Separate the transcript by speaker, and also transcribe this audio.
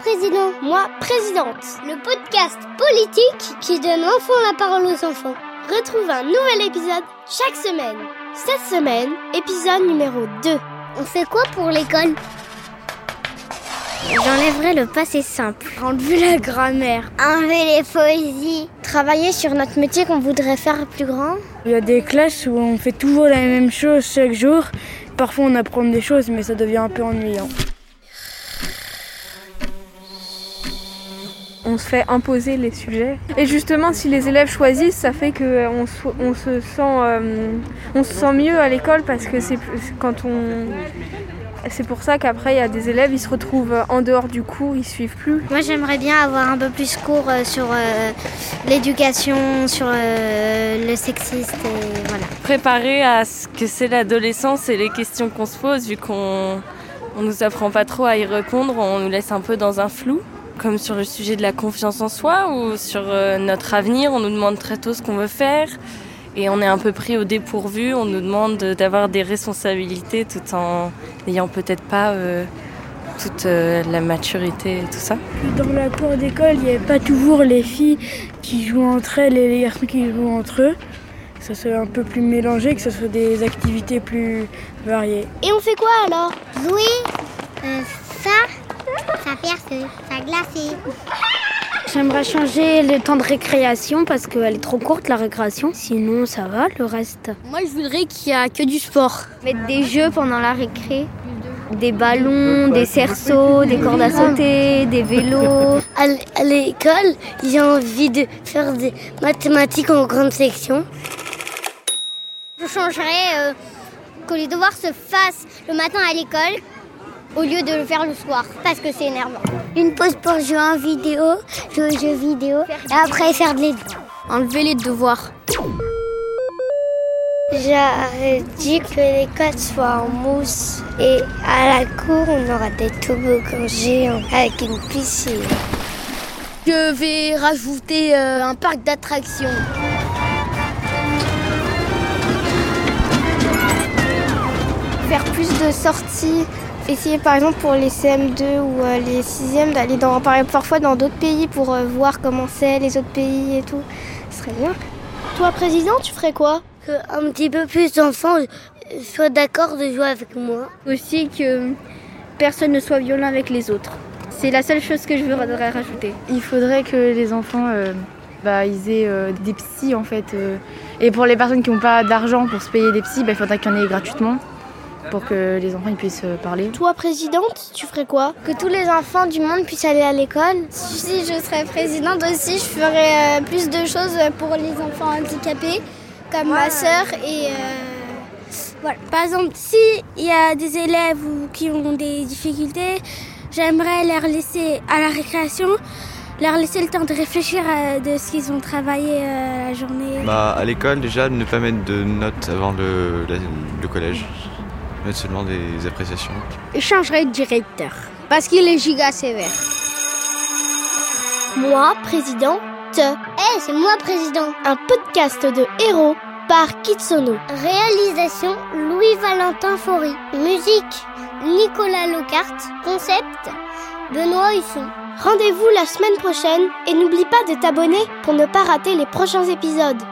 Speaker 1: président, moi présidente. Le podcast politique qui donne enfin la parole aux enfants. Retrouve un nouvel épisode chaque semaine. Cette semaine, épisode numéro 2.
Speaker 2: On fait quoi pour l'école
Speaker 3: J'enlèverai le passé simple.
Speaker 4: Enlever la grammaire.
Speaker 2: Enlever les poésies.
Speaker 5: Travailler sur notre métier qu'on voudrait faire plus grand.
Speaker 6: Il y a des classes où on fait toujours la même chose chaque jour. Parfois on apprend des choses mais ça devient un peu ennuyant.
Speaker 7: on se fait imposer les sujets. Et justement, si les élèves choisissent, ça fait qu'on so, on se, sent, euh, on se sent mieux à l'école parce que c'est quand on. C'est pour ça qu'après, il y a des élèves, ils se retrouvent en dehors du cours, ils suivent plus.
Speaker 8: Moi, j'aimerais bien avoir un peu plus cours sur euh, l'éducation, sur euh, le sexiste, et voilà.
Speaker 9: Préparer à ce que c'est l'adolescence et les questions qu'on se pose, vu qu'on on nous apprend pas trop à y répondre, on nous laisse un peu dans un flou comme sur le sujet de la confiance en soi ou sur euh, notre avenir. On nous demande très tôt ce qu'on veut faire et on est un peu pris au dépourvu. On nous demande d'avoir des responsabilités tout en n'ayant peut-être pas euh, toute euh, la maturité et tout ça.
Speaker 6: Dans la cour d'école, il n'y avait pas toujours les filles qui jouent entre elles et les garçons qui jouent entre eux. Que ça soit un peu plus mélangé, que ce soit des activités plus variées.
Speaker 1: Et on fait quoi alors
Speaker 2: Jouer ça euh, ça perce, ça glacé.
Speaker 3: J'aimerais changer le temps de récréation parce qu'elle est trop courte la récréation. Sinon, ça va le reste.
Speaker 4: Moi, je voudrais qu'il n'y a que du sport.
Speaker 3: Mettre des jeux pendant la récré. Des ballons, des cerceaux, des cordes à sauter, des vélos.
Speaker 1: À l'école, j'ai envie de faire des mathématiques en grande section.
Speaker 2: Je changerais euh, que les devoirs se fassent le matin à l'école au lieu de le faire le soir parce que c'est énervant.
Speaker 1: Une pause pour jouer en vidéo, jouer aux jeux vidéo et après faire des
Speaker 4: enlever les devoirs.
Speaker 10: J'aurais dit que les quatre soient en mousse et à la cour on aura des toboggans géants avec une piscine.
Speaker 4: Je vais rajouter euh, un parc d'attractions.
Speaker 10: Faire plus de sorties essayer par exemple pour les CM2 ou euh, les 6e d'aller dans, parfois dans d'autres pays pour euh, voir comment c'est les autres pays et tout. Ce serait bien.
Speaker 1: Toi, président, tu ferais quoi
Speaker 2: que Un petit peu plus d'enfants soient d'accord de jouer avec moi.
Speaker 3: Aussi que personne ne soit violent avec les autres. C'est la seule chose que je voudrais rajouter.
Speaker 11: Il faudrait que les enfants euh, bah, ils aient des psys en fait. euh. Et pour les personnes qui n'ont pas d'argent pour se payer des psys, bah, il faudrait qu'il y en ait gratuitement pour que les enfants ils puissent euh, parler.
Speaker 1: Toi, présidente, tu ferais quoi
Speaker 10: Que tous les enfants du monde puissent aller à l'école. Si je serais présidente aussi, je ferais euh, plus de choses pour les enfants handicapés, comme ouais. ma sœur et. Euh,
Speaker 12: voilà. Par exemple, si il y a des élèves qui ont des difficultés, j'aimerais leur laisser à la récréation leur laisser le temps de réfléchir à de ce qu'ils ont travaillé euh, la journée.
Speaker 13: Bah, à l'école déjà, ne pas mettre de notes avant le, la, le collège mettre seulement des appréciations.
Speaker 4: Je changerai de directeur parce qu'il est giga sévère.
Speaker 1: Moi, présidente. Eh,
Speaker 2: hey, c'est moi, président.
Speaker 1: Un podcast de héros par Kitsono.
Speaker 2: Réalisation Louis-Valentin Faury. Musique Nicolas Locarte. Concept Benoît Husson.
Speaker 1: Rendez-vous la semaine prochaine et n'oublie pas de t'abonner pour ne pas rater les prochains épisodes.